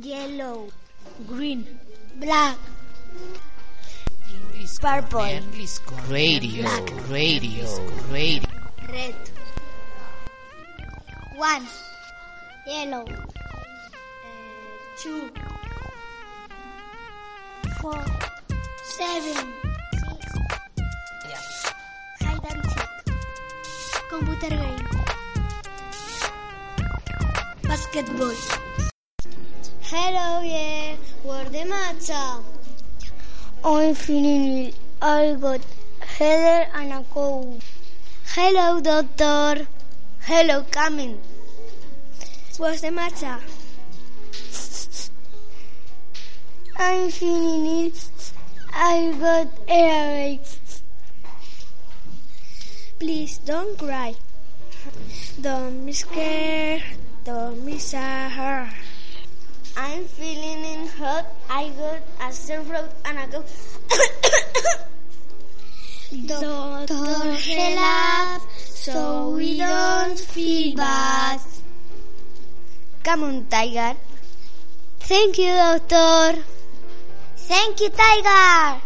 yellow, green, black, English Purple. con English con radio, radio, radio. red. One, yellow. Uh, two, four, seven, six. Hide and seek. Computer game. Basketball. Hello, yeah. Word the matcha. I'm feeling ill. I got heather and a cold. Hello, doctor. Hello, coming. What's the matter? I'm feeling ill. I got earache. Please don't cry. Don't be scared. Don't be sad. I'm feeling in hot. I got a throat and a cough. Doctor help so we don't feel bad. Come on, Tiger. Thank you, Doctor. Thank you, Tiger.